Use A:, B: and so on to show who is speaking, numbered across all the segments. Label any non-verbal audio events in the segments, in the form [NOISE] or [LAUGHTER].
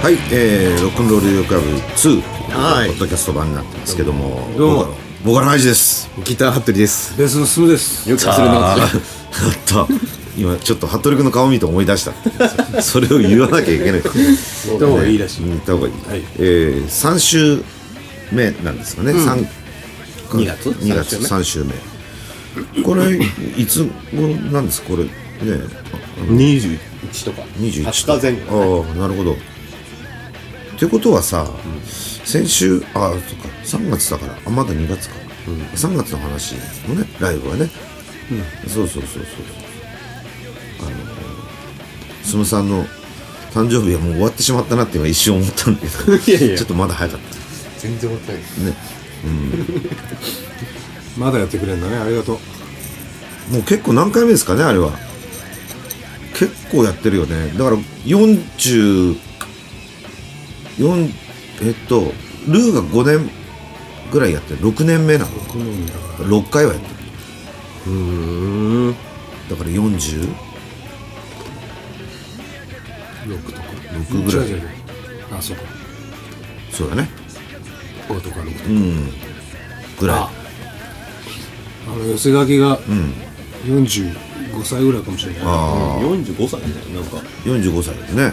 A: はい、えー、ロックンロールヨークラブ2、
B: はい
A: ポッドキャスト版になってますけども、
B: どうも
A: ボカロハイジです。
B: ギター服部です。ベースのすむです。よくする
A: あー、あった。今ちょっと服部君の顔見て思い出したって言うんですよ。それを言わなきゃいけない。
B: 言った方がいいらしい。
A: 言った方がいい。
B: は
A: え
B: い
A: ー、3週目なんですかね。三
B: 二月
A: 二月3週目。これ、いつ頃なんですかこれ、ね、
B: 二十。
C: 1とか
A: 21
C: 20日前後
A: 後ああなるほどってことはさ、先週ああそっか3月だからあまだ2月か、3月の話もねライブはね、そうそうそうそうあのすむさんの誕生日はもう終わってしまったなって今一瞬思ったんだけど
B: いやいや
A: ちょっとまだ早かった
C: 全然終わってないです
A: ね
B: まだやってくれるんだね。ありがとう。
A: もう結構何回目ですかねあれは結構やってるよねだから40 4えっとルーが5年ぐらいやってる6年目なの
B: このんだか
A: 6回はやってる
B: ら。うーん。
A: だから40
B: 六とか。
A: 六ぐらい
B: 違う違う違う。あ、そうか。
A: そうだね
B: 五とか六とか。
A: うんぐら
B: ああの寄せ書きが
A: いうん
B: 四十五歳ぐらいかもしれない。
A: ああ
C: 45歳みたいななんか
A: 45歳ですね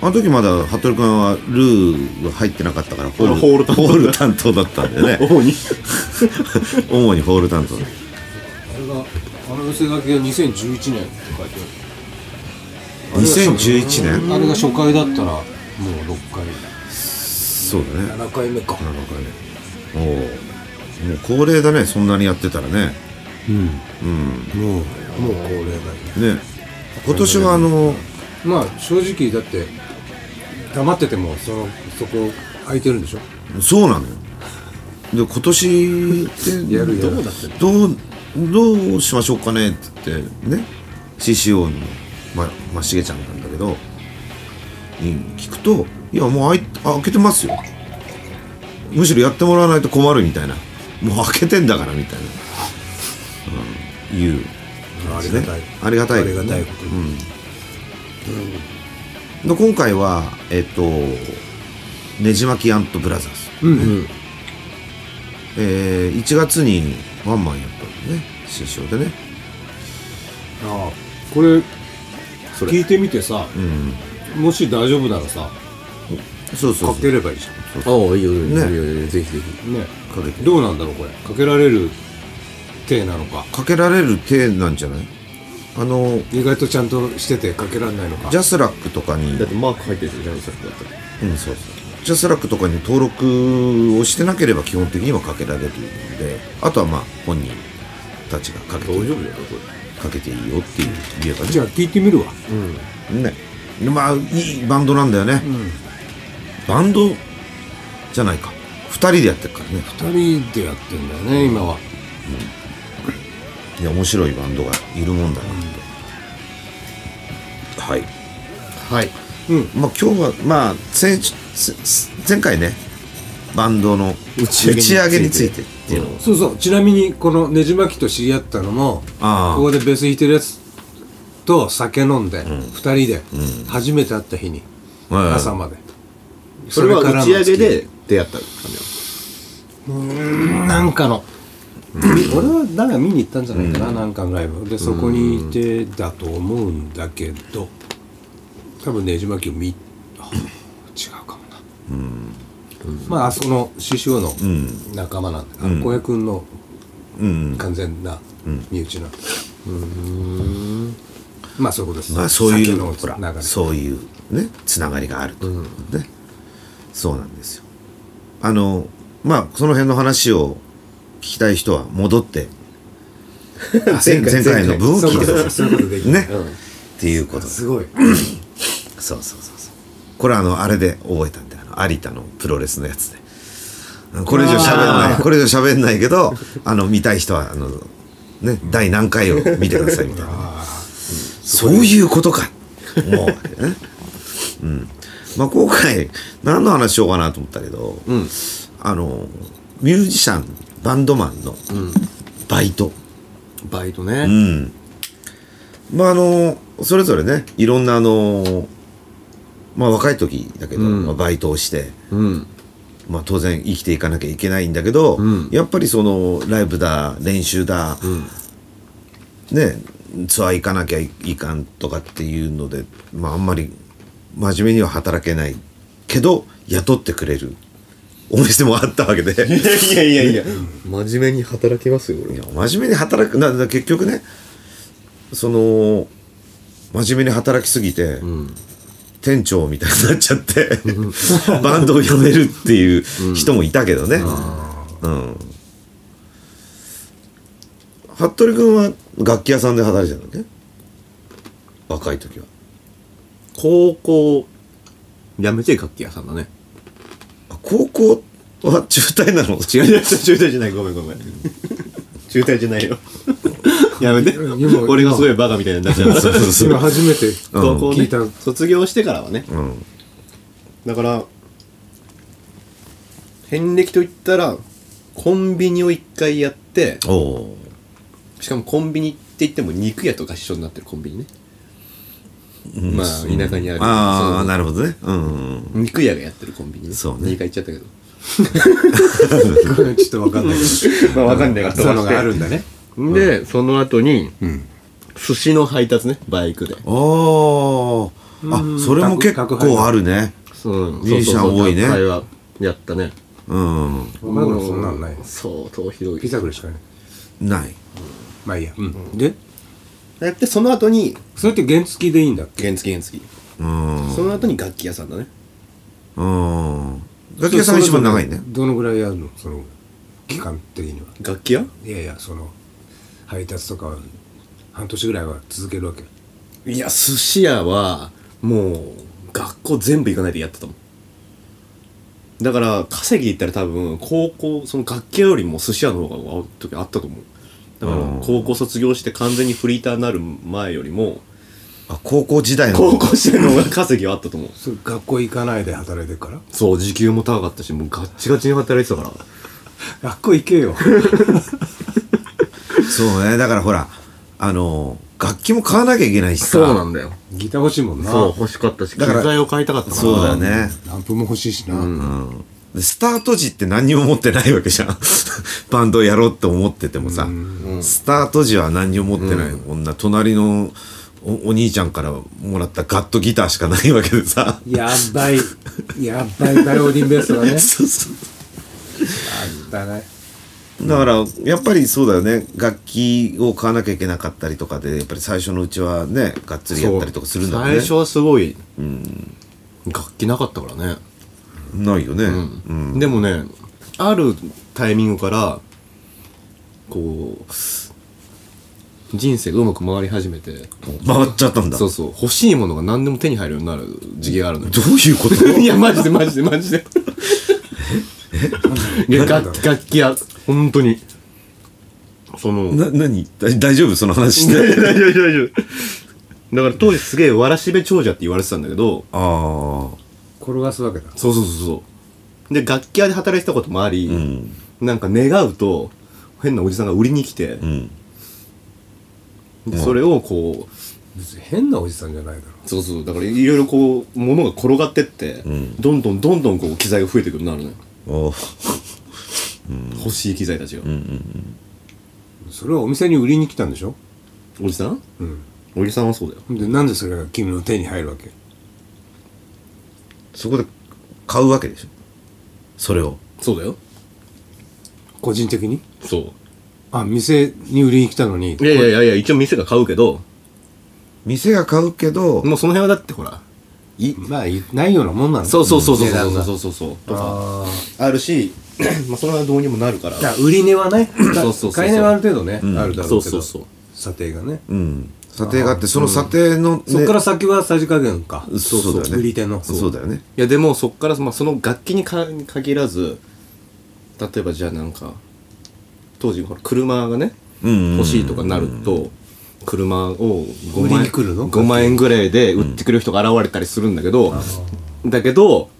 A: あの時まだ服部君はルーが入ってなかったからホ
C: ホール担当
A: ホール担当だったんだよね
C: 主に
A: [LAUGHS] 主にホール担当
B: あれがあの寄せ書きが二千十一年って書いてある。
A: 2011年
B: あれが初回だったらもう六回、
A: そうだね
B: 七回目か。
A: なのかねおおもう高齢だねそんなにやってたらね
B: うん。
A: うん
B: もうもう高齢だよね。
A: ね今年はあの
B: まあ正直だって黙っててもそのそこ空いてるんでしょ
A: そうなのよで今年って
B: やるやる
A: どうだってどうどうしましょうかねって言ってね CCO のままあしげちゃんなんだけどに聞くと「いやもうあいあ開けてますよ」むしろやってもらわないと困るみたいなもう開けてんだからみたいな、うん、いう
B: あり
A: ねありがたい
B: ありがたいこと
A: うんで今回はえっとねじ巻きアントブラザーズ
B: うんうん
A: えー、1月にワンマンやったんだね新章でね
B: ああこれ聞いてみてさ
A: うん
B: もし大丈夫ならさ
A: そうそう
B: か
A: そう
B: ければいいじゃ
D: ああいいよいいよ
A: ね
D: いいよいいよぜひぜひ
B: んね
A: かけて
B: どうなんだろうこれかけられる手なのか
A: かけられる手なんじゃないあの
B: 意外とちゃんとしててかけられないのか
A: ジ
B: ゃ
A: ャスラックとかに
C: だってマーク入ってるじゃんさっきだったら
A: うんそうそうジャスラックとかに登録をしてなければ基本的にはかけられるんであとはまあ本人たちがかけて
C: 大丈夫だよこ
A: かけていいよっていう言えばね
B: じゃあ聞いてみるわ
A: ねまあいいバンドなんだよね、バンドじゃないか2人でやってるからね
B: 二人でやってんだよね今はい
A: や面白いバンドがいるもんだなって、はい
C: れはい
B: うん
A: まあ今日はまあ先せ前回ねバンドの打
C: ち上げについて
A: についてっていうのを、
B: そうそうちなみにこのねじ巻きと知り合ったのも
A: ああ
B: ここでベース弾いてるやつと酒飲んで、二人で初めて会った日に、
A: はい
B: 朝まで
C: それは
B: からの
C: 打ち上げで出会った感
B: なんかの俺はなんか見に行ったんじゃないかな、なんかのライブでそこにいてだと思うんだけど多分ねじ巻きを見あ違うかもなまあその師匠の仲間なんだな小屋君の
A: うん
B: 完全な身内なまあそういうことです、
A: まあそういう
B: 酒の
A: ほ
B: 流れ
A: らそういうねつながりがあると、ねそうなんですよあのまあその辺の話を聞きたい人は戻
B: [LAUGHS]
A: って前前回の分を聞いてくださ
B: そういうことでい
A: い
B: い
A: ね、っていうことです
B: すごい
A: そうそうそうそうこれはあのあれで覚えたんであの有田のプロレスのやつでこれ以上喋んないこれ以上喋んないけどあの見たい人はあのね第何回を見てくださいみたいな、そういうことかもうね、うんまあ、今回何の話しようかなと思ったけど、あのミュージシャンバンドマンのバイト、
D: うんバイト
A: う
D: ね
A: ん。まああのそれぞれねいろんなあのまあ若い時だけど、
D: うん
A: まあ、バイトをして、
D: うん
A: まあ、当然生きていかなきゃいけないんだけど、
D: うん
A: やっぱりそのライブだ練習だ、ねツアー行かなきゃいかんとかっていうので、まあ、あんまり真面目には働けないけど雇ってくれるお店もあったわけでい
D: いやいやいや真面目に働きますよ俺
A: や真面目に働くなな結局ねその真面目に働きすぎて、
D: ん
A: 店長みたいになっちゃってバンドを辞めるっていう人もいたけどね、うん、服部君は楽器屋さんで働いてたんだっけ若い時は
D: 高校辞めて楽器屋さんだね
A: あ高校は中退なの
D: 違う違う中退じゃないごめんごめん中退じゃないよ [LAUGHS] やめて
B: 今
D: 俺がすごいバカみたいになっちゃう
A: そうそうそう
B: 今初めて
D: 高校
B: 聞
D: ね
B: いた
D: 卒業してからはね
A: うん
D: だから遍歴といったらコンビニを一回やって
A: おお
D: しかもコンビニって言っても肉屋と合唱になってるコンビニね、
A: ー
D: まあ田舎にある
A: あ
D: そ
A: あ
D: の
A: なるほどねうん
D: 肉屋がやってるコンビニね
A: そうね
D: 2回行っちゃったけど
B: これちょっとわかんないけ
D: まあ分かんないか
B: ど
D: ら
B: そういうのがあるんだね
D: で、その後に、寿司の配達ねバイクで
A: おーあそれも結構あるね
D: そう
A: ミュージシャン
D: そうそうそう
A: 多いね
D: 宅配はやったね
A: うん
B: 今頃そんなんない
D: 相当ひどい
B: ピザぐらいしかない
A: ない
B: まあいいやうんで
D: やってその後に
B: それって原付きでいいんだっけ
D: 原付原付
A: うん
D: その後に楽器屋さんだね
A: うん楽器屋さんが一番長いね
B: どのぐらいやるのその期間的には
D: 楽器屋
B: いやいやその配達とかは半年ぐらいは続けるわけ
D: いや寿司屋はもう学校全部行かないでやってたもんだから稼ぎ行ったら多分高校その楽器屋よりも寿司屋の方が合う時あったと思うだから
A: うん
D: 高校卒業して完全にフリーターになる前よりも
A: あ高校時代の
D: 高校生の方が稼ぎはあったと思う
B: それ学校行かないで働いてるから
D: そう時給も高かったしもうガッチガチに働いてたから
B: 学校行けよ [LAUGHS]
A: そうねだからほらあの楽器も買わなきゃいけないしさ
D: そうなんだよ
B: ギター欲しいもんな
D: そう欲しかったし機
A: だから
D: 材を買いたかったから
A: そうだよね
B: ランプも欲しいしな、
A: うんでスタート時って何にも持ってないわけじゃん [LAUGHS] バンドやろうって思っててもさ、スタート時は何にも持ってない、女隣のおお兄ちゃんからもらったガットギターしかないわけで [LAUGHS] さ
B: やばいやばいバイオリンベースがね
A: そうそう
B: あったね
A: だからやっぱりそうだよね楽器を買わなきゃいけなかったりとかでやっぱり最初のうちはねがっつりやったりとかするんだろうね
D: 最初はすごい、楽器なかったからね、
A: ないよね、
D: うんでもねあるタイミングからこう人生がうまく回り始めて
A: 回っちゃったんだ
D: そうそう欲しいものが何でも手に入るようになる時期があるのよ
A: どういうこと
D: [LAUGHS] いやマジでマジでマジでいや楽器楽器屋本当にその
A: な何だ大丈夫その話して
D: 大丈夫大丈夫だから当時すげえわらしべ長者って言われてたんだけど
A: ああ
B: 転がすわけだ
D: そうそうそうそうで楽器屋で働いてたこともあり、
A: うん
D: なんか願うと変なおじさんが売りに来て
A: う、ん
D: でそれをこ
B: 別に変なおじさんじゃないだろ
D: うそうそうだからいろいろこう物が転がってって、
A: ん
D: どんどんどんどんこう機材が増えてくるようになるのよ、
A: お
D: 欲しい機材たちが、
B: それはお店に売りに来たんでしょ
D: おじさん
B: うん
D: おじさんはそうだよ
B: でなんでそれが君の手に入るわけ
A: そこで買うわけでしょそれを
D: そうだよ
B: 個人的に
D: そ
B: あ店に売りに来たのに
D: ういやいやいやいや一応店が買うけど
A: 店が買うけど
D: もうその辺はだってほらい
B: まあいないようなもんなの
D: そうそうそうそう
B: 値段
D: そ
B: が
D: うそうそうそうとか
B: あ
D: あるしまあその辺はどうにもなるから
B: あだから売り値はね
D: そうそうそう
B: 買い値はある程度ね、
A: ん
B: あるだろうけど
D: そうそうそう
B: 査定がね
A: うん査定があってその査定の、ね
B: そっから先はさじ加減か
A: そうそうだよね
B: 売り手の
A: そうだよね
D: いやでもそっから、まあ、その楽器にか限らず例えばじゃあなんか当時ほら車がね
A: うんうんうん
D: 欲しいとかなると車を5
B: 売り
D: 万
B: に来るの
D: 5万円ぐらいで売ってくれる人が現れたりするんだけど、だけど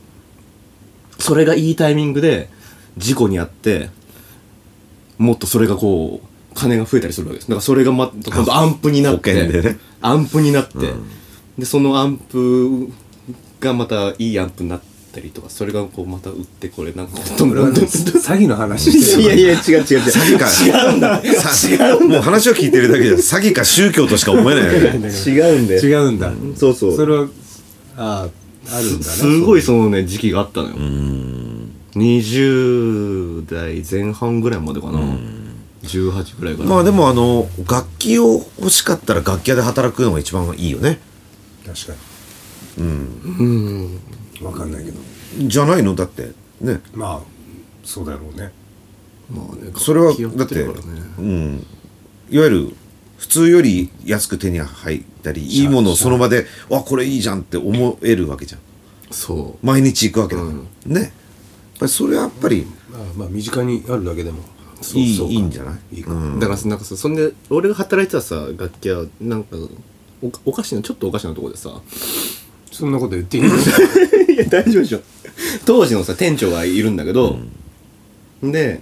D: それがいいタイミングで事故にあってもっとそれがこう金が増えたりするわけですだからそれがまた今度アンプになって
A: 保険でね
D: アンプになって、でそのアンプがまたいいアンプになったりとかそれがこうまた売ってこれなんかどんどんど
B: 詐
D: んどん
B: 欺の話して
D: い
B: る
D: やいや違う違う違う
A: 詐欺か
D: 違うんだ
A: さもう話を聞いてるだけじゃ詐欺か宗教としか思えないよね
D: 違うんだよ
B: 違うんだ
D: そうそう
B: それはあああるんだね
D: すごいそのね時期があったのよ20代前半ぐらいまでかな18ぐらいから
A: まあでもあの楽器を欲しかったら楽器屋で働くのが一番いいよね
B: 確かにうん分かんないけど
A: じゃないのだってね
B: まあそうだろうね
D: まあね
A: それは
D: 楽器や
A: だってて
D: るからね
A: うんいわゆる普通より安く手に入ったりいいものをその場で「わこれいいじゃん」って思えるわけじゃん
D: そ
A: 毎日行くわけだから、ねやっぱりそれはやっぱり
B: まあまあ身近にあるだけでも
A: いい
B: そうか
A: いいんじゃない
B: いいか
A: うん
D: うだからさなんかさそんで俺が働いてたさ楽器屋なんかおおかしなちょっとおかしなところでさ
B: そんなこと言っていいの
D: いや大丈夫でしょ当時のさ店長がいるんだけど、で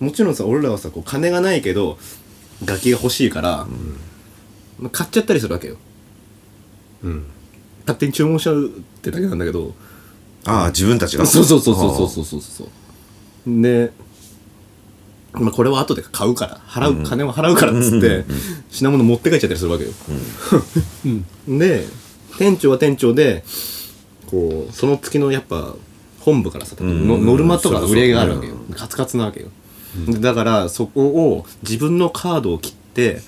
D: もちろんさ俺らはさこう金がないけど楽器が欲しいから、まあ買っちゃったりするわけよ
B: うん
D: 勝手に注文しちゃうってだけなんだけど
A: ああ自分たちが
D: そうそうそうそうそうそうそうそうで、まあ、これは後で買うから払う、金は払うからっつって、品物持って帰っちゃったりするわけよ、で店長は店長でこうその月のやっぱ本部からさ、のノルマとか売り上げがあるわけよ、カツカツなわけよ、でだからそこを自分のカードを切って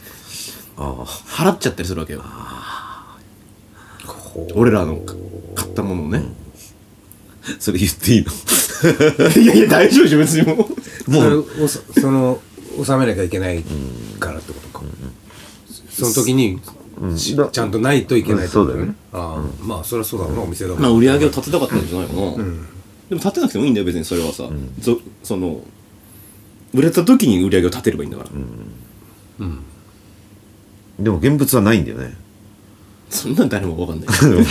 A: ああ
D: 払っちゃったりするわけよ俺らの買ったものをね、
A: それ言っていいの
D: [LAUGHS] いやいや大丈夫でしょ別にもう
B: それをさその納めなきゃいけないからってことか、その時に、しちゃんとないといけないってこ
A: そ
B: と
A: うだよね
B: ああ、まあそりゃそうだろうなお店だか
D: ま
B: ら、
D: あ売り上げを立てたかったんじゃないかな、でも立てなくてもいいんだよ別にそれはさ、ぞその売れた時に売り上げを立てればいいんだから、
A: でも現物はないんだよね
D: そんなん誰も [LAUGHS] 分かんない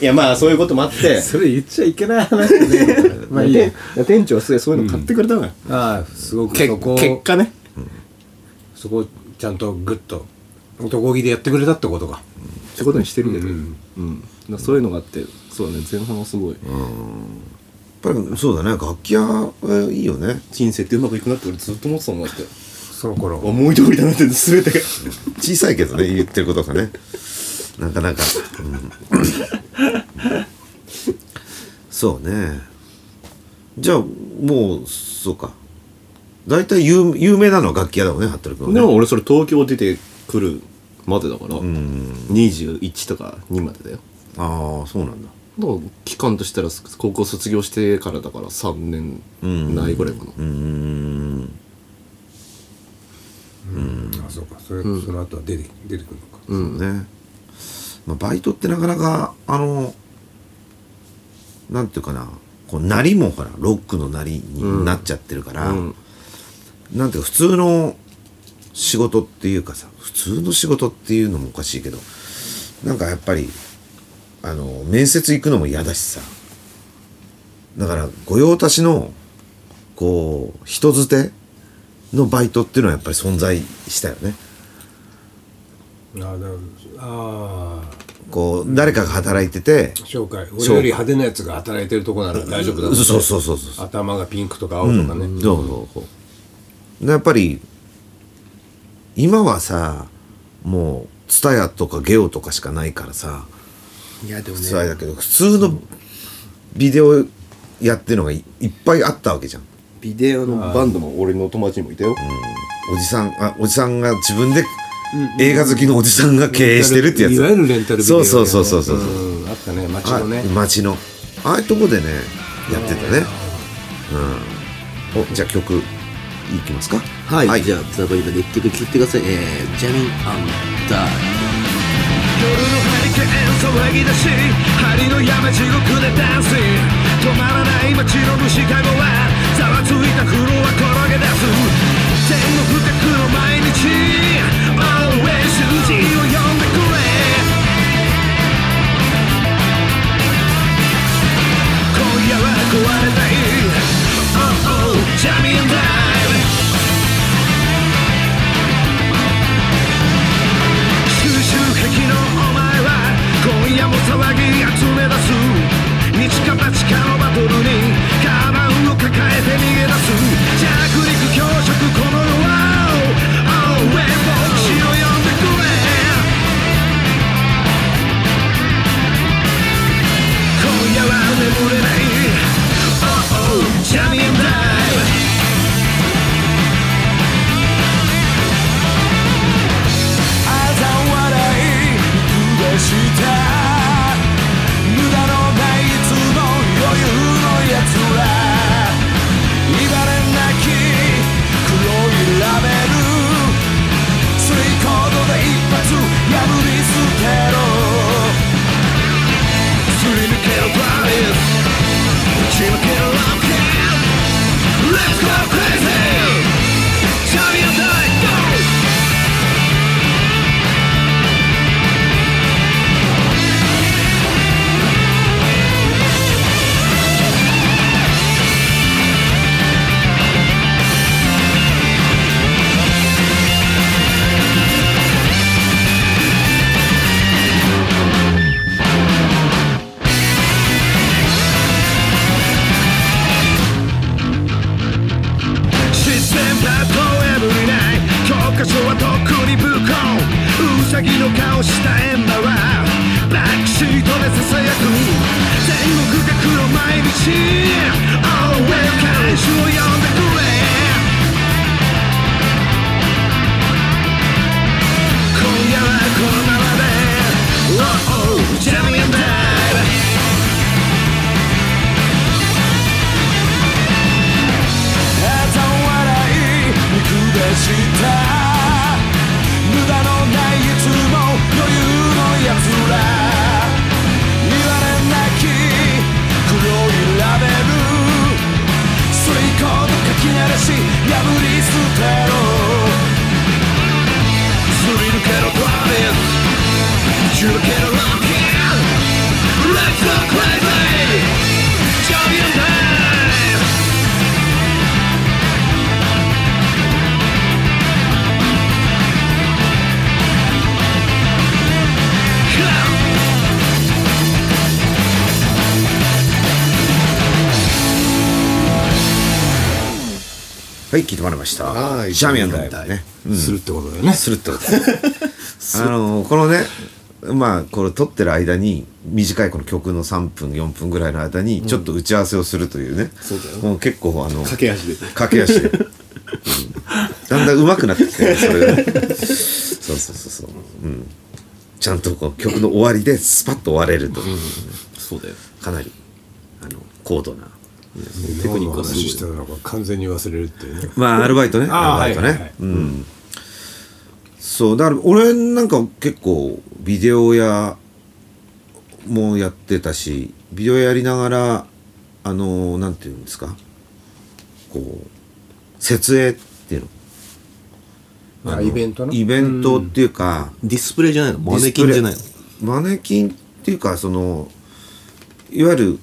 D: いやまあそういうこともあって
B: それ言っちゃいけない話だ
D: [LAUGHS]
B: ね [LAUGHS] まあいいや
D: 店店長はすごいそういうの買ってくれたのよ、
B: ああすごく
D: け
B: そこを
D: 結果ね
B: そこをちゃんとグッと男気でやってくれたってことか
D: そういうことにしてるんだけど、うんだからそういうのがあってそうだね前半はすごい、
A: やっぱりそうだね楽器屋はいいよね
D: 人生ってうまくいくなって俺ずっと思ってたもんだって
B: その頃
D: 思い通りだなって全てが
A: 小さいけどね言ってることがねなかなか、うん、そうねじゃあもうそうか大体有有名なのは楽器屋だもんね服部君
D: で
A: はね
D: も俺それ東京出てくるまでだから、21とか2までだよ
A: ああそうなんだ
D: だから期間としたら高校卒業してからだから3年ないぐらいかな、
A: うーん
B: ああそうかそれ、その後は出て出てくるのか
A: そうね、まあ、バイトってなかなかあのなんていうかなこうなりもほらロックのなりになっちゃってるから、
D: うん
A: なんていうか普通の仕事っていうかさ普通の仕事っていうのもおかしいけどなんかやっぱりあの面接行くのも嫌だしさだから御用達のこう人づてのバイトっていうのはやっぱり存在したよね。
B: ああだからああ
A: こう誰かが働いてて
B: 紹介俺より派手なやつが働いてるとこなら大丈夫だろ
A: そうそうそうそう。
B: 頭がピンクとか青とかね、
A: うんそうそうそう。でやっぱり、今はさ、もう、ツタヤとかゲオとかしかないからさ、
D: いやでも
A: 普通あれだけど、普通のビデオやってるのがいいっぱいあったわけじゃん。
D: ビデオのバンドも俺の友達にもいたよ、
A: おじさん、あ、おじさんが自分で、映画好きのおじさんが経営してるってやつ。
B: いわゆるレンタルビデオ、
A: そう
B: ね、
A: そうそうそうそう。
B: んあったね街
A: あ
B: のね
A: 街の。ああいうとこでね、やってたね。うん。お、じゃあ曲、いきますか。
E: はい、じゃあザボリバで1曲聴いてくださいえー、ジャミンダー
F: 夜のハリケーン騒ぎ出し針の山地獄でダンシング止まらない街の虫かごはざわついたフロア転げ出す天国不覚の毎日 Always 主人を呼んでくれ今夜は壊れない Oh oh ジャミンダイブ収集癖のお前は今夜も騒ぎしい Oh w e l c o m 主を呼んでくれ今夜はこのままで Oh oh ジャミンダイ朝笑い見下した無駄のないいつも余裕のやつら言われなき黒いラベル吸い込んで書き慣らし破り捨てろすり抜けろドラミン中抜けろランキン Let's go crazy ジャビアンダイ
A: はい聞いてもらいました
C: はい
A: ジャミアンだよね
B: するってことだよね
A: するってことあのこのねまあこれ撮ってる間に短いこの曲の3分4分ぐらいの間にちょっと打ち合わせをするというね、もう結構あの
C: 駆け足で
A: 駆け足で、うんだんだん上手くなってきてるそれがねそうそうそうそう、うん、ちゃんとこう曲の終わりでスパッと終われると、
D: そうだよ
A: かなりあの高度な
B: テクニックの話してたのが完全に忘れるっていうね
A: まあアルバイトね
B: あ
A: ア
B: ー
A: ルバイトね、
B: はいはいはい
A: うんそうだから俺なんか結構ビデオ屋もやってたしビデオやりながらあのなんていうんですかこう設営っていうの
B: あイベントね
A: イベントっていうか、
D: ディスプレイじゃないのマネキンじゃないの
A: マネキンっていうかそのいわゆる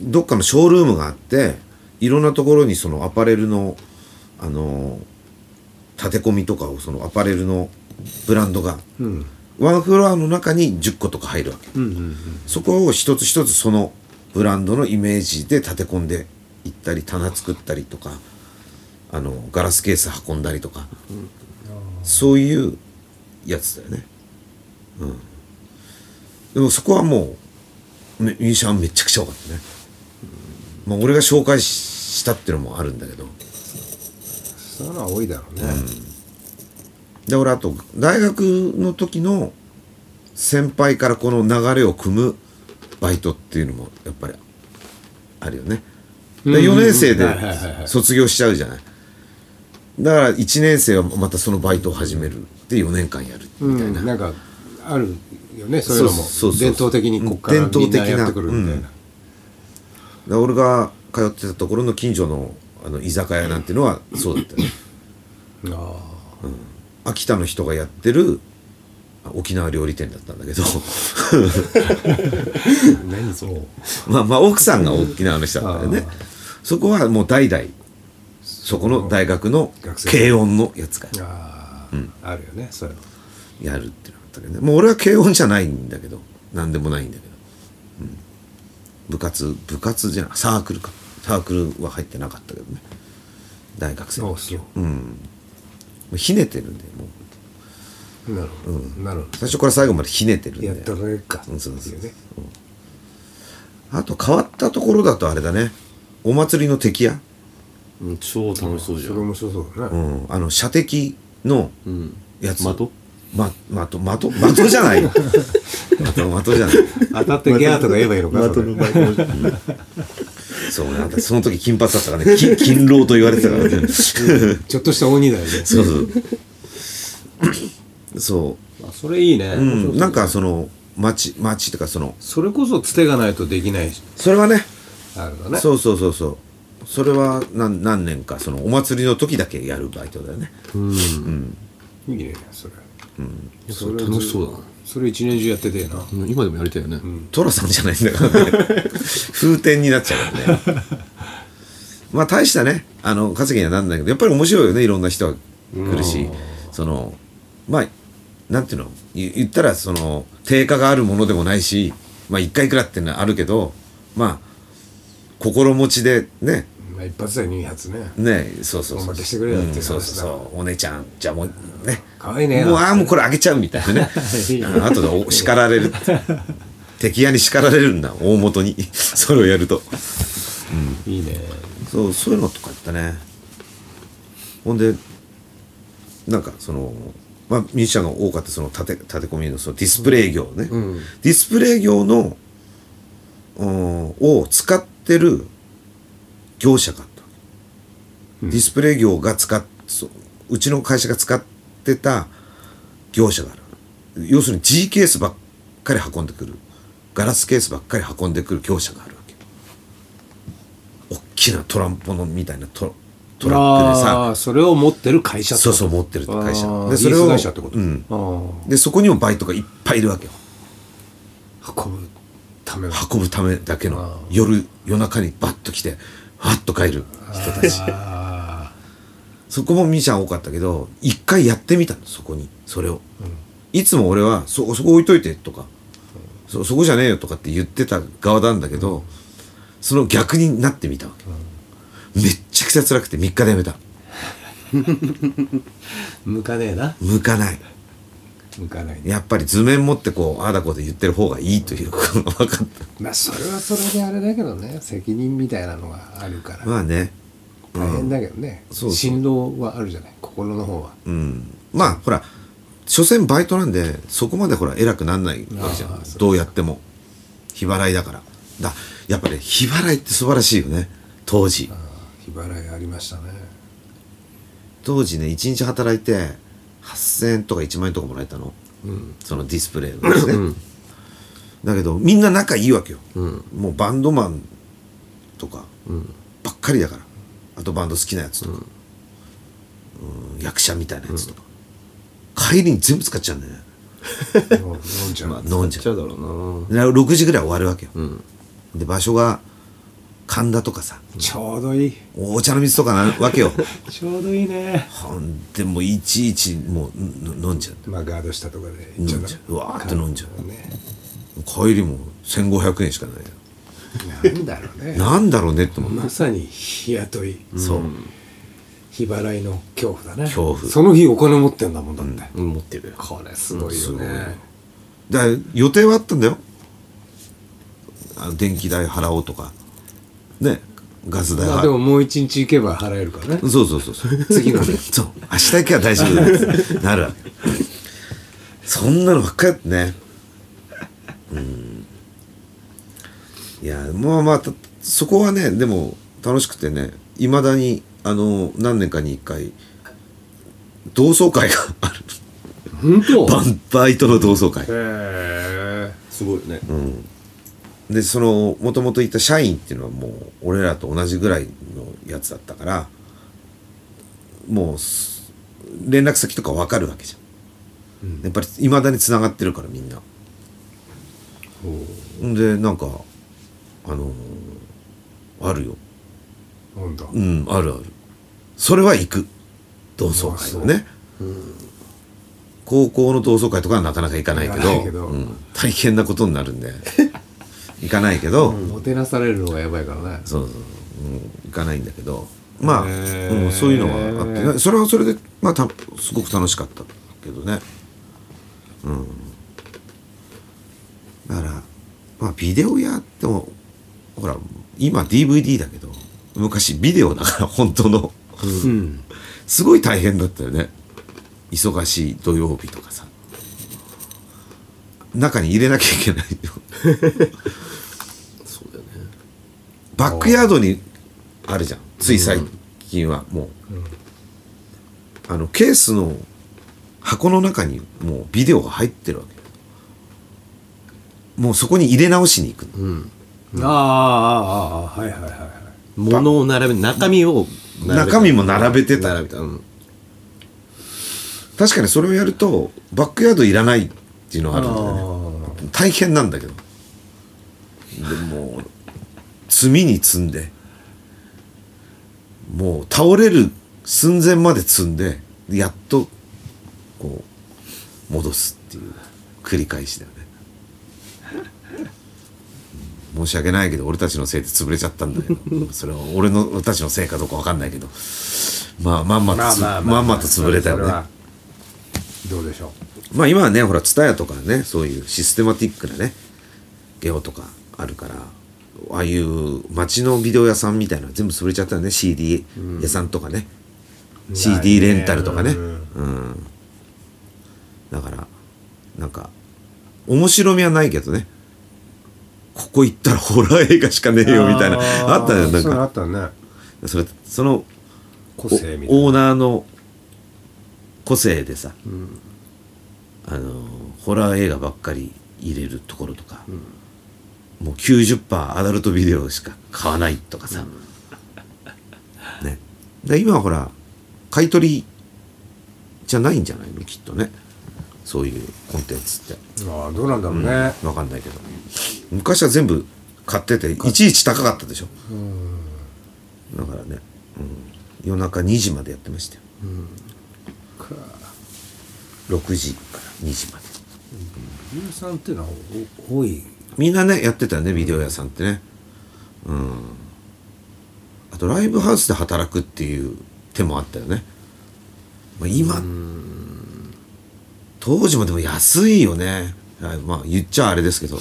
A: どっかのショールームがあっていろんなところにそのアパレルのあの立て込みとかをそのアパレルのブランドが、ワンフロアの中に10個とか入るわけ、そこを一つ一つそのブランドのイメージで立て込んでいったり棚作ったりとかあのガラスケース運んだりとか、そういうやつだよね。でもそこはもうめミュージシャンめちゃくちゃ多かったね、まあ、俺が紹介ししたっていうのもあるんだけど
B: そういうのは多いだろうね
A: で俺あと大学の時の先輩からこの流れを組むバイトっていうのもやっぱりあるよねで4年生で
B: はいはいはいはい
A: 卒業しちゃうじゃないだから1年生はまたそのバイトを始めるで4年間やる
B: う
A: みたいな、
B: んなんかあるよねそういうのも伝統的にこっから
A: 伝統
B: みん
A: 的
B: な
A: な
B: やってくるみたいな
A: だから俺が通ってたところの近所のあの居酒屋なんてのはそうだったね
B: あ
A: 秋田の人がやってるあ沖縄料理店だったんだけど [LAUGHS]
B: あ何そう
A: まあまあ奥さんが沖縄の人だったよねそこはもう代々そこの大学の
B: 学生
A: 軽音のやつが
B: あああるよねそういうの
A: やるってなったけどねもう俺は軽音じゃないんだけど何でもないんだけど、うん、部活部活じゃないサークルかサークルは入ってなかったけどね大学生の時
B: あ
A: はうんもうひねてるんでもう
B: なるほどなるほ
A: 最初から最後までひねてるん
B: ど
A: で
B: やったらええかって
A: うんそうそ
B: いううね
A: あと変わったところだとあれだねお祭りの敵屋、
D: うん超楽しそうじゃ
B: そ
D: ん
B: れ面白そうだ
A: う
B: ね
A: ん、あの射的のやつ、
D: 的
A: ま、的的的じゃないよ的的じゃない
B: 当たってギャーとか言えばいいのかそれ
A: そうなんだその時金髪だったからね金金労と言われてたからねそ
B: ちょっとした鬼だよ
A: う
B: ね
A: そう [LAUGHS] そ
B: あそれいいね
A: う、うん、なんかその町町とかその
B: それこそつてがないとできない
A: それはね
B: あるだね
A: そうそうそうそうそれは何何年かそのお祭りの時だけやるバイトだよね
B: いいねそれ
D: それ楽しそうだな
B: それ一年中やっててえな
D: うん今でもやりたいよね
A: トラさんじゃないんだからね風天になっちゃうからねまあ大したねあの稼ぎにはなんないけどやっぱり面白いよねいろんな人が来るしそのまあなんていうの言言ったらその定価があるものでもないしまあ一回いくらっていうのはあるけどまあ心持ちでね
B: まあ一発で二発ね
A: ねそうそう
B: お
A: そう
B: 任せしてくれよっていう話だ
A: そうそうそうお姉ちゃんじゃあもうね
B: 可愛いね
A: もうああもうこれあげちゃうみたいな
B: [LAUGHS]
A: ねうん後でお叱られるって敵屋に叱られるんだ大元にそれをやると
B: いいね
A: そうそういうのとかやったねほんでなんかそのまあミュージシャンが多かったその立て立て込みのそのディスプレイ業ね、ディスプレイ業のうんを使ってる業者があったわけ、ディスプレイ業が使っそううちの会社が使ってた業者がある要するに G ケースばっかり運んでくるガラスケースばっかり運んでくる業者があるわけ大きなトランポのみたいなトトラックでさ
B: あーそれを持ってる会社
A: そうそう持ってる会社
B: で
A: で
B: そ
A: そ
B: れ
A: れ
B: を
A: を
B: 会社ってこと、
A: うん
B: あー
A: でそこにもバイトがいっぱいいるわけよ
B: 運ぶための
A: 運ぶためだけの夜夜中にバッと来てハッと帰る人たち
B: あ
A: そこもミーちゃん多かったけど一回やってみたのそこにそれを、いつも俺はそこそこ置いといてとか、そそこじゃねえよとかって言ってた側なんだけど、その逆になってみたわけ、めっちゃくちゃ辛くて3日でやめた
B: ー向かねえな
A: 向かない
B: 向かないね
A: やっぱり図面持ってこうああだこうで言ってる方がいいということが分かっ
B: まあそれはそれであれだけどね責任みたいなのがあるか
A: た
B: ら
A: まあね
B: 大変だけどね、
A: そうそう
B: 振動はあるじゃない心の方は
A: うんまあほら所詮バイトなんでそこまでほら偉くなんないわけじゃ
B: ああ
A: ん
B: そう
A: どうやっても日払いだからだやっぱり、日払いって素晴らしいよね当時
B: 日払いありましたね
A: 当時ね1日働いて8,000円とか1万円とかもらえたの、そのディスプレイのですね、だけどみんな仲いいわけよ、もうバンドマンとかばっかりだからあとバンド好きなやつとか、うん役者みたいなやつとか、帰りに全部使っちゃうんだよね
B: もう飲んじゃう、
A: 飲んじゃう
D: ちゃうだろう
A: で6時ぐらい終わるわけよ、で場所が神田とかさ
B: ちょうどいい
A: お茶の水とかなわけ [LAUGHS] よ
B: ちょうどいいね
A: ほんでもういちいちもうん飲んじゃう
B: まあガードしたところで行っちゃ
A: 飲
B: うんな
A: じゃううわーって飲んじゃう
B: ね
A: 帰りも1500円しかないよ
B: なんだろうね
A: なんだろうねって思う
B: まさに日雇い
A: そう
B: 日払いの恐怖だね
A: 恐怖
B: その日お金持ってんだもんだって、
D: な持ってるよ
B: これすごいよね、
A: だから予定はあったんだよあの電気代払おうとかねガス代
B: まあで
A: 払
B: ももう一日行けば払えるからね
A: うそうそうそうそう
B: 次のね
A: そう明日行けば大丈夫だよなるわけそんなのばっかりだったねうんいやまあまあたそこはねでも楽しくてねいまだにあの何年かに1回同窓会がある
B: 本当
A: バンバイトの同窓会
B: へえ
D: すごいよね
A: でそのもともといた社員っていうのはもう俺らと同じぐらいのやつだったからもうす連絡先とか分かるわけじゃん、やっぱりいまだにつながってるからみんなんでなんかあのーあるよ
B: なんだ
A: うんあるあるそれは行く同窓会はね、高校の同窓会とかはなかなか行かないけ
B: 行かな
A: ど
B: いけど
A: うん、大変なことになるん
B: [LAUGHS]
A: で行かないけど、
B: もてなされるのがやばいからね
A: そうそう、うん、行かないんだけどまあ、
B: へー
A: うんそういうのはあってねそれはそれでまあたすごく楽しかったけどねうんだからまあビデオ屋ってもほら今 DVD だけど昔ビデオだから本当の、すごい大変だったよね忙しい土曜日とかさ中に入れなきゃいけないよバックヤードにあるじゃんつい最近はもう、あのケースの箱の中にもうビデオが入ってるわけもうそこに入れ直しに行くの、
B: ああああああはいはいはいはい
D: 物を並べ中身を
A: 中身も並べてた
D: 並べたうん
A: 確かにそれをやるとバックヤードいらないっていうのがあるんだよね
B: あ
A: 大変なんだけどでもう積みに積んでもう倒れる寸前まで積んでやっとこう戻すっていう繰り返しだよね申し訳ないけど俺たちのせいで潰れちゃったんだけどそれは俺の俺たちのせいかどうかわかんないけどまあまんま
B: あ
A: とつまんまと潰れたよ
B: そ
A: ね
B: はどうでしょう
A: まあ今はね、ほら、ツタヤとかね、そういうシステマティックなね、ゲオとかあるから、ああいう街のビデオ屋さんみたいなの全部潰れちゃったよね CD 屋さんとかね、CD レンタルとかね、
B: う
A: うん
B: ん
A: だからなんか面白みはないけどねここ行ったらホラー映画しかねえよみたいなあったよなん
B: そういうの
A: か
B: あったね
A: それその
B: 個
A: お
B: 性みたいな
A: オーナーの個性でさ、
B: ん
A: あのホラー映画ばっかり入れるところとか、もう90%アダルトビデオしか買わないとかさ、ねで今はほら買い取りじゃないんじゃないのきっとねそういうコンテンツって
B: ああどうなんだろうね、
A: 分かんないけど昔は全部買ってていちいち高かったでしょだからね、うん、夜中2時までやってましたよ
B: か
A: 6時から2時まで
B: 俳優さんっていうのはお多い
A: みんなねやってたよねビデオ屋さんってねうんあとライブハウスで働くっていう手もあったよね、まあ、今当時もでも安いよねあまあ言っちゃあれですけど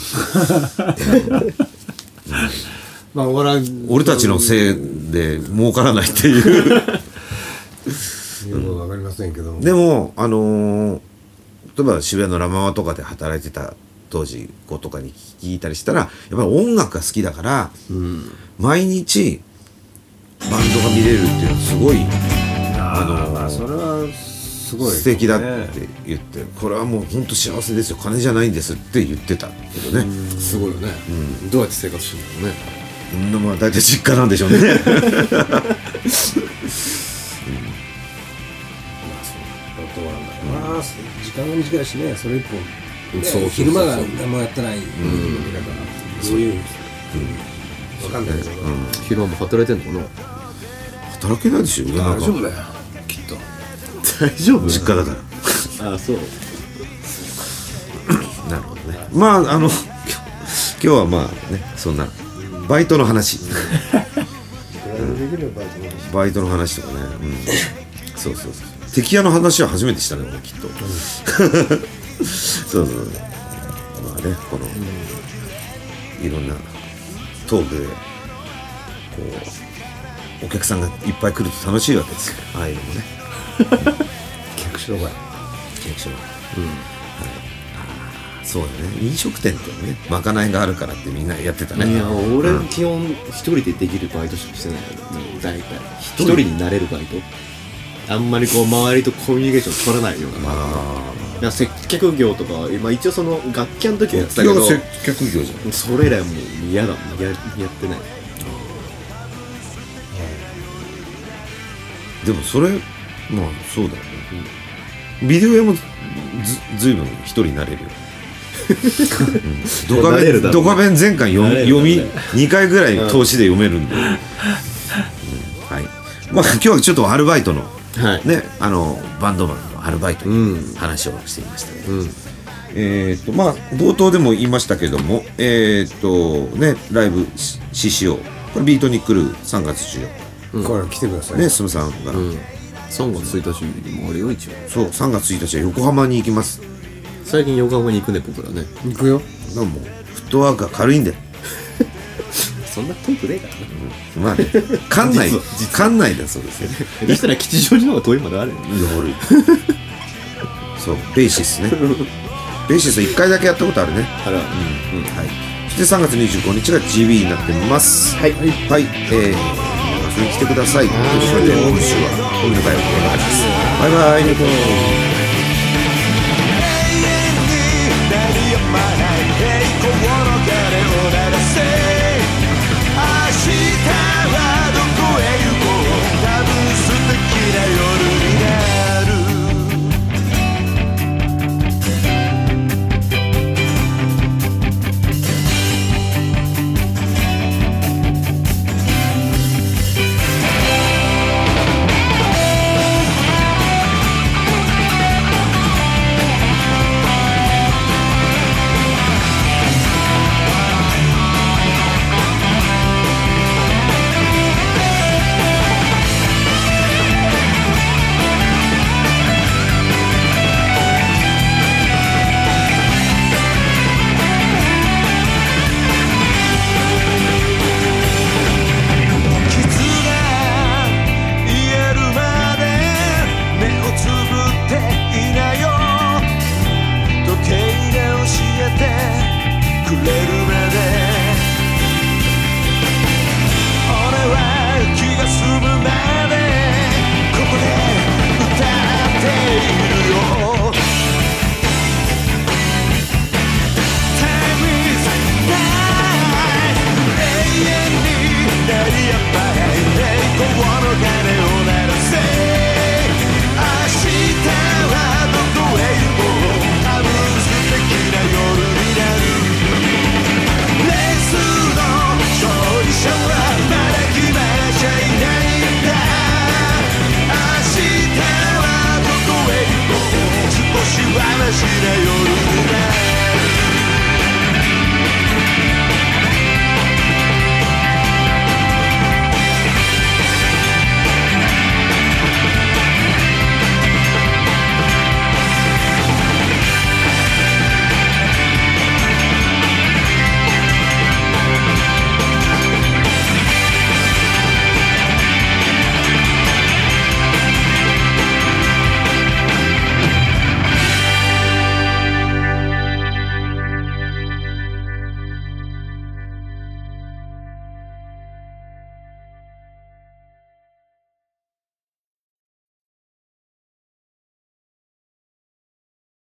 B: まあ俺は
A: 俺たちのせいで儲からないっていう
B: よくわかりませんけど
A: [LAUGHS]
B: も
A: でもあのー例えば渋谷のラマワとかで働いてた当時子とかに聞いたりしたらやっぱり音楽が好きだから、毎日バンドが見れるっていうのはすごい
B: あ
A: あ
B: の
A: の
B: まあそれはすごい、
A: 素敵だって言って、これはもう本当幸せですよ金じゃないんですって言ってたけどね
C: すごいよね、どうやって生活してんだろうね
A: うんまあ大体実家なんで [LAUGHS] しょうねうん
B: どうなんだろうな、時間が短いしねそれ一本、ね
C: そうそうそう
B: 昼間が何もやってない時だから、そういう、わかんないけど、
C: 昼間も働いてんのかな
A: 働けないでしょ世の中
C: だよきっと
D: 大丈夫
A: 実家だから
D: あそう
A: なるほどねまああの今 [LAUGHS] 日今日はまあねそんなバイトの話、うんバイトの話とかね、うん、そうそうそう敵屋の話は初めてしたね俺きっと、 [LAUGHS] そうそうそうまあねこの、いろんなトークでこうお客さんがいっぱい来ると楽しいわけですよああいうのもね
B: 客商
A: 客商
B: 売
A: 売はいあーそうだね飲食店ってねまかないがあるからってみんなやってたね
D: いや俺
A: うん
D: 基本一人でできるバイトしかしてないからね大体一人になれるバイトあんまりこう周りとコミュニケーション取らないような
A: あ
D: いや接客業とか、まあ、一応その楽器屋の時はやって
A: あ
D: たけど
A: 客業じゃん
D: それ以来もう嫌だもんややってない
A: でもそれまあそうだよね、ビデオ屋もずずいぶん一人になれる
D: [LAUGHS]
A: ようんドカ
D: なれ
A: ベ
D: るだ
A: ン
D: ろう
A: ドカベン全巻読
D: なれる
A: 読み
D: なれる
A: 2回ぐらい投資で読めるん
D: [LAUGHS]
A: で、うんはいまあ今日はちょっとアルバイトの、
D: はい
A: ねあのバンドマンのアルバイトの
D: うん
A: 話をしていましたけど、
D: うん
A: えー、とまあ冒頭でも言いましたけどもえっ、とねライブし CCO これビートに来る3月
B: これ来てくださ
A: 14
B: い、
A: ねすむさんが、
D: 3月1日にもあれよ一応
A: そう3月1日は横浜に行きますだか
D: 最近横浜に行くね僕らね
B: 行くよ
A: らもうフットワークが軽いんで
D: そんな遠くねえ [LAUGHS]
A: まあ [LAUGHS]
D: からね
A: ね館内館内だそうですよね
D: そしたら吉祥寺の方が遠いまである
A: 登る [LAUGHS] そうベーシスねベーシスは1回だけやったことあるね
D: あ
A: う
D: ら
A: んはいそして3月25日が GB になってますはいはいえー遊びに来てくださいそれで今週はお願いをお願いしますバイバイ
F: 「永遠に鳴り止まない栄光の